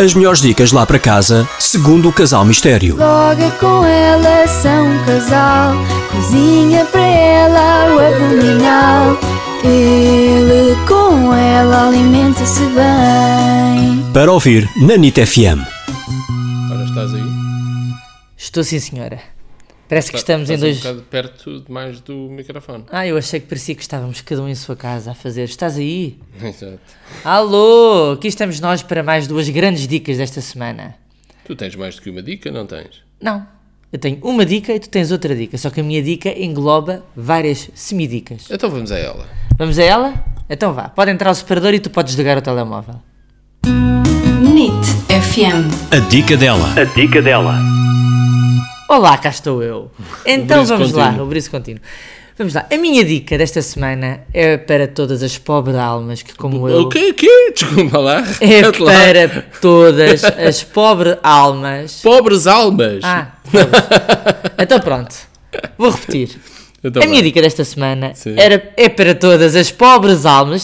As melhores dicas lá para casa, segundo o Casal Mistério. Logo é com ela são um casal, cozinha para ela o abdominal. Ele com ela alimenta-se bem. Para ouvir na NIT FM. Ora, estás aí? Estou sim, senhora. Parece que estamos em Estás dois. um bocado perto demais do microfone. Ah, eu achei que parecia que estávamos cada um em sua casa a fazer. Estás aí? Exato. Alô! Aqui estamos nós para mais duas grandes dicas desta semana. Tu tens mais do que uma dica, não tens? Não. Eu tenho uma dica e tu tens outra dica, só que a minha dica engloba várias semidicas. Então vamos a ela. Vamos a ela? Então vá, pode entrar o separador e tu podes jogar o telemóvel. NIT FM. A dica dela. A dica dela. Olá, cá estou eu. Então briso vamos lá, contínuo. o briso contínuo. Vamos lá, a minha dica desta semana é para todas as pobre almas que, como eu. O que é que é? Desculpa lá. É repete lá. para todas as pobres almas. Pobres almas. Ah, pobres. então pronto, vou repetir. Então a minha vá. dica desta semana Sim. era, é para todas as pobres almas